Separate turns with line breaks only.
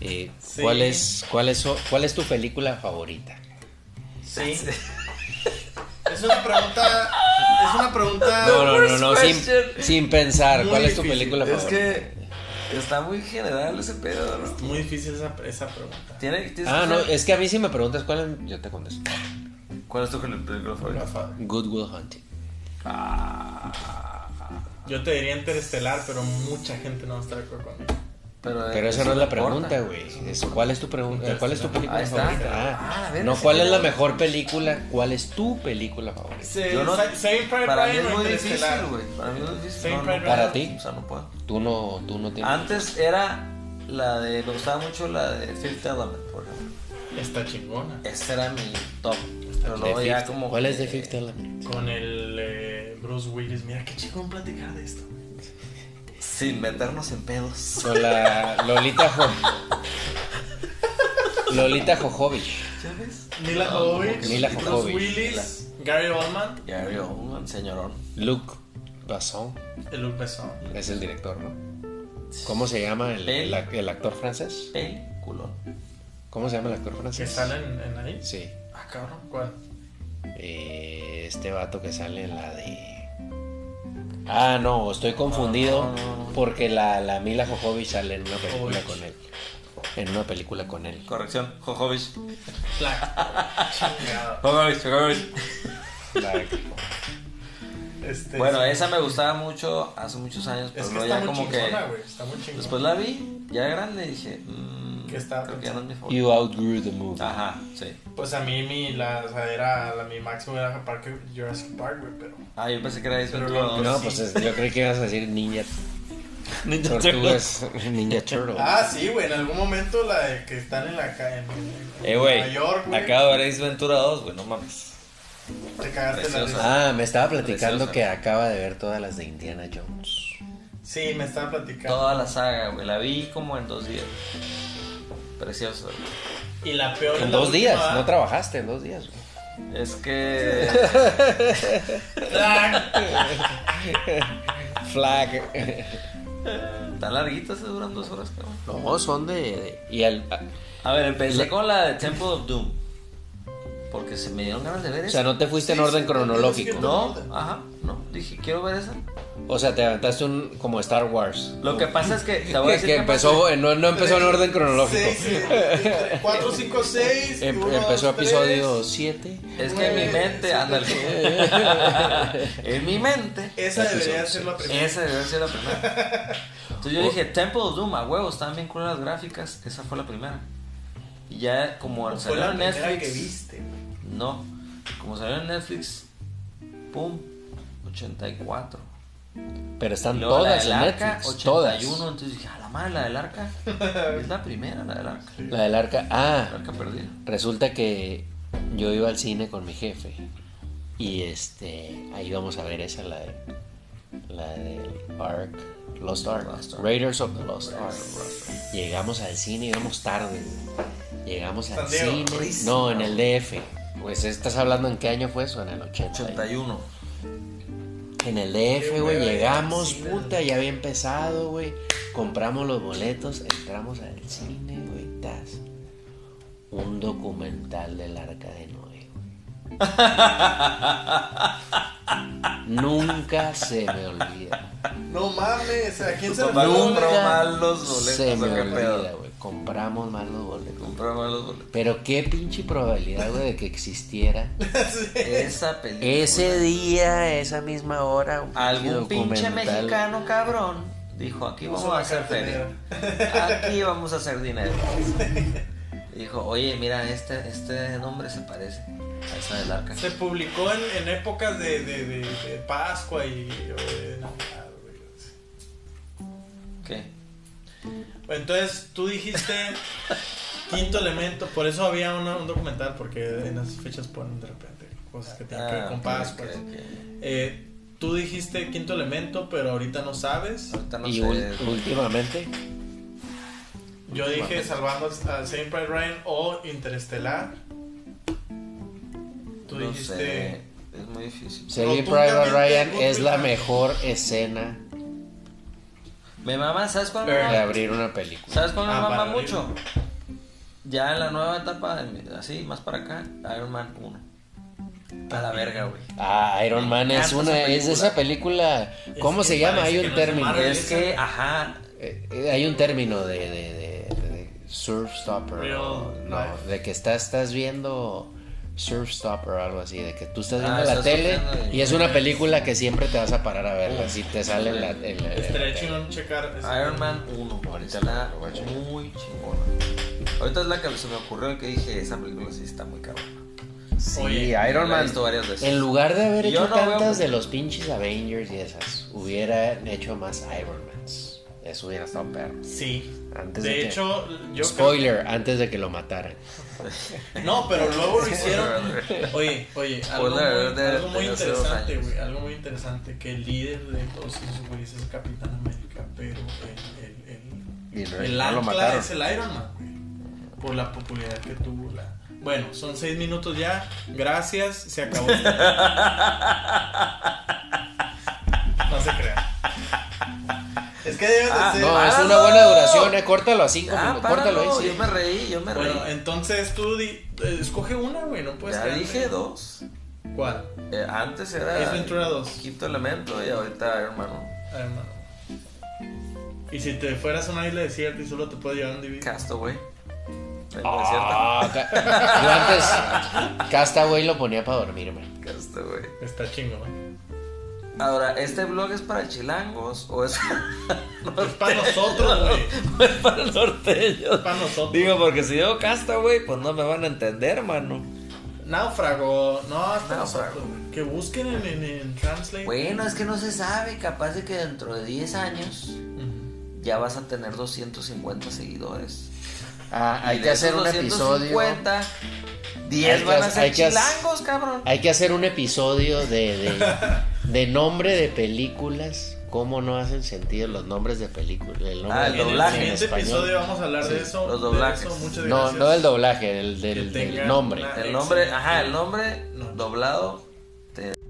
Eh, ¿cuál, es, cuál, es, ¿Cuál es tu película favorita?
Sí. Es una pregunta. Es una pregunta.
No, no, no,
Worst
no, sin,
question.
sin pensar.
Muy
¿Cuál es tu
difícil.
película
Es
favorita?
que está muy general ese pedo, ¿no?
Muy difícil esa, esa pregunta.
Tiene, tienes
Ah,
que
no,
ser-
es que a mí si me preguntas cuál es, yo te contesto.
¿Cuál es tu pel- película favorita?
Rafa,
Good Will Hunting.
Ah,
Yo te diría interestelar, pero mucha gente no va a estar de acuerdo conmigo.
Pero,
Pero esa no es la pregunta,
importa.
güey. Es- ¿Cuál es tu pregunta? ¿Cuál es tu película
Ahí está.
favorita?
Ah,
Ah,
a ver,
no,
ese
¿cuál es la
pedo.
mejor película? ¿Cuál es tu película favorita?
Se,
Yo no-
Sa- Saving Private
Para mí
Ryan
es
o
muy difícil,
Interestelar.
güey. Para mí es muy difícil.
Saving
No, no,
Private
Para
puedo.
ti.
O sea, no puedo.
Tú no, tú no tienes.
Antes era la de. Me gustaba mucho la de Fifth Element, por ejemplo.
Está chingona.
Ese era mi top. Pero
De
luego ya
Fifth-
como.
¿Cuál
que-
es de Fifth Element?
Con el eh, Bruce Willis. Mira qué chingón platicar de esto.
Sin meternos en pedos.
Con la Lolita Jo. Lolita Jojovich.
¿Ya ves?
Mila
No,
Jovovich,
como que-
Mila
Bruce
Jovovich.
Willis, Gary Oldman,
Ya vio un señorón.
Luke Basson
el Luc Besson.
es el director, ¿no? ¿Cómo se llama el, el ac- el actor francés?
Peliculón.
¿Cómo se llama el actor
Que
francés?
salen en, en ahí.
Sí.
Ah, cabrón, ¿cuál?
Eh, este vato que sale en la de. Ah, no, estoy confundido porque la, la Mila Jovovich sale en una película
Jovovich.
con él. En una película con él.
Corrección. Jojovich.
Flag. Chingado.
Jojovich, Jojovich.
La-
Este,
Bueno,
sí.
esa me gustaba mucho hace muchos años, pero
Es que
luego
está
ya
muy
como que.
chingona, güey. Está muy chingona.
Después la vi, ya grande, y dije. Mmm,
Que está-
creo que ya no es mi favorito.
You outgrew the movie.
Ajá, sí.
Pues a mí mi, la, o sea, era, la, mi máximo era Parque, Jurassic Park, güey, pero...
Ah, yo pensé que era eso.
Pero
Pero
lo-
No,
sí.
pues es- yo creí que ibas a decir Ninja Tortugas. Ninja Turtle.
Ah, sí, güey, en algún momento la de que están en la calle, en,
Eh,
en
güey.
Nueva York, güey,
Acabo de ver Ace Ventura 2, güey, no mames.
te cagaste la
Preciosa.
risa.
Ah, me estaba platicando
Preciosa.
que acaba de ver todas las de Indiana Jones.
Sí, me estaba platicando.
Toda la saga, güey. La vi como en dos días. Precioso, güey.
Y la peor es
En
la
dos
última,
días, no
¿verdad?
trabajaste en dos días. güey.
Es que.
Flag.
Está larguita, se duran dos horas, cabrón.
No, son de. de- y al- a-
A ver, empecé
La-
con la de Temple of Doom. Porque se me dieron ganas de ver
o
esa.
sea, no te fuiste en
Sí,
orden
sí,
cronológico.
es
no, ajá, no. Dije, quiero ver esa.
O sea, te aventaste un como Star Wars.
Lo que pasa es que. Te voy a
Que,
decir
que
qué
empezó,
pasa.
eh, no, no empezó en orden cronológico.
4, 5, 6,
Em- empezó episodio 7.
Es que en mi mente, ándale. en mi mente,
Esa debería
Episodio
ser la primera.
esa debe ser la primera. Entonces
Oh.
yo dije, Temple of Doom, a huevos, están bien cool las gráficas. Esa fue la primera. Y ya, como
Fue
salió
la
en
primera
Netflix.
que viste, güey.
No, como salió en Netflix, pum, 84.
Pero están
Y luego la
todas
del
en
arca,
Netflix.
81.
Todas.
Entonces dije, a la madre, la del arca. Es la primera, la del arca.
La del arca.
La
Ah,
arca perdida.
resulta que yo iba al cine con mi jefe. Y este. Ahí vamos a ver esa, la de. La del Ark. Lost Ark.
Lost Ark.
Raiders of the Lost Ark. Llegamos al cine, íbamos tarde. Llegamos al
San Diego,
cine.
rísimo.
No, en el DF. Pues estás hablando en qué año fue eso, en el 80.
81.
En el DF,
Qué
güey,
hueva,
llegamos,
sí,
puta, ya había empezado, güey. Compramos los boletos, entramos al cine, güey, tas. Un documental del Arca de Noé, güey. Nunca se me olvida.
No mames, ¿a quién se le
Papá,
fue?
no,
Nunca
Compró mal los boletos,
se me
¿o qué pedo?
olvida, güey. Compramos mal los boletos.
Compramos los boletos.
Pero qué pinche probabilidad, güey, de que existiera
Esa
eh,
película.
ese día, esa misma hora, un
Algún pinche
documental.
mexicano cabrón dijo, aquí
Puso
vamos
la
a hacer feria. Aquí vamos a hacer dinero. Dijo, oye, mira, este, este nombre se parece a esa del arca.
Se publicó en, en épocas de, de, de, de Pascua y o de Navidad, güey.
¿Qué?
Entonces tú dijiste quinto elemento, por eso había una- un documental, porque en las fechas ponen de repente cosas que tienen que ver
Ah,
con
ok,
Pascua.
ok, ok.
Eh, tú dijiste quinto elemento, pero ahorita no sabes.
Ahorita no
Y
sé.
ul- últimamente,
Yo dije salvando a Saint Pride Ryan o Interestelar. Tú
no
dijiste.
sé. Es muy difícil.
Saving
Rotundamente
Private Ryan
Good
es la
Will Hunting.
mejor escena
Me mama, ¿sabes cuál me
Pero-
De
mama?
abrir una película.
¿Sabes cuál me
Ah,
mama
para abrir.
mucho? Ya en la nueva etapa, de mi- así, más para acá, Iron Man 1. A la verga, güey.
Ah, Iron Man es
encanta
una,
esa
es de esa película.
Es
¿Cómo
que
se llama?
parece
Hay
que
un
no se
término.
amarra.
Es que, ajá,
Eh, eh, hay un término de, de, de- de surf stopper.
Real
o- no,
life.
de que estás, estás viendo surf stopper o algo así. De que tú estás
Ah,
viendo la
estás
tele
viendo
y es una película que siempre te vas a parar a verla.
Uf.
Si te sale en la, en la- en la
Estaría
tele.
chingón checar. ese-
Eh, Iron Man 1.
Ahorita
está
lo voy a checar.
muy chingona. Ahorita es la que se me ocurrió que dije, esa película sí está muy cabrón.
Sí,
Oye,
la
Iron
he
Man.
visto varias veces.
En lugar de haber
Yo
hecho
no veo
tantas
mucho.
de los pinches Avengers y esas, hubiera hecho más Iron Mans. Eso hubiera estado perro.
Sí.
Antes de,
De
que-
hecho, yo.
spoiler, antes de que lo mataran.
creo- No, pero luego lo hicieron. Oye, oye, algo muy,
Spoiler de-
algo
de
muy
hace dos
interesante,
años.
güey. Algo muy interesante. Que el líder de todos esos güeyes es Capitán América, pero el, el, el,
Y no-
el
no lo
ancla
mataron.
es el Iron Man, güey. Por la popularidad que tuvo. La... Bueno, son seis minutos ya. Gracias, se acabó. no se crean. Es que debes de
Ah,
ser.
No, es una
¡Páralo!
buena duración, eh, córtalo a 5
Ah,
minutos, córtalo ahí,
páralo,
sí.
yo me reí, yo me
Bueno,
reí.
entonces tú di- eh, escoge una, güey. No puedes
ya
quedarte.
dije dos.
¿Cuál?
Eh, antes era
Es Ventura 2.
Quinto Elemento y ahorita Iron Man 1.
Hermano. Y si te fueras a una isla desierta y solo te puede llevar un DVD.
Castaway. Vengo
Ah, ca- yo antes Castaway lo ponía para dormirme.
de cierta. Castaway.
Está ¿eh? chingón.
Este Ahora, ¿este blog es para chilangos o es
Es para nosotros, güey.
o es para norteños?
Para nosotros.
Digo, porque si digo Castaway, pues no me van a entender, mano.
Náufrago. No, es para
Náufrago.
nosotros. güey. Que busquen en, en, en Translate.
Bueno, es que no se sabe. Capaz de que dentro de 10 años
Ujú.
ya vas a tener 250 seguidores.
Ah,
Y
hay
de
que
esos
hacer un
250,
episodio.
10
Hay
van
que
a
hacer-
ser
hay que hacer-
chilangos, cabrón.
Hay que hacer un episodio de, de, de nombre de películas. ¿Cómo no hacen sentido los nombres de películas? El nombre
Ah,
de
el
En el
película en
doblaje.
siguiente
español.
episodio vamos a hablar de eso.
los
de
doblajes.
eso, muchas
No,
gracias.
no del doblaje, del, del,
Que
del
tengan
nombre.
una-
El nombre,
Excelente.
ajá, el nombre
No.
doblado te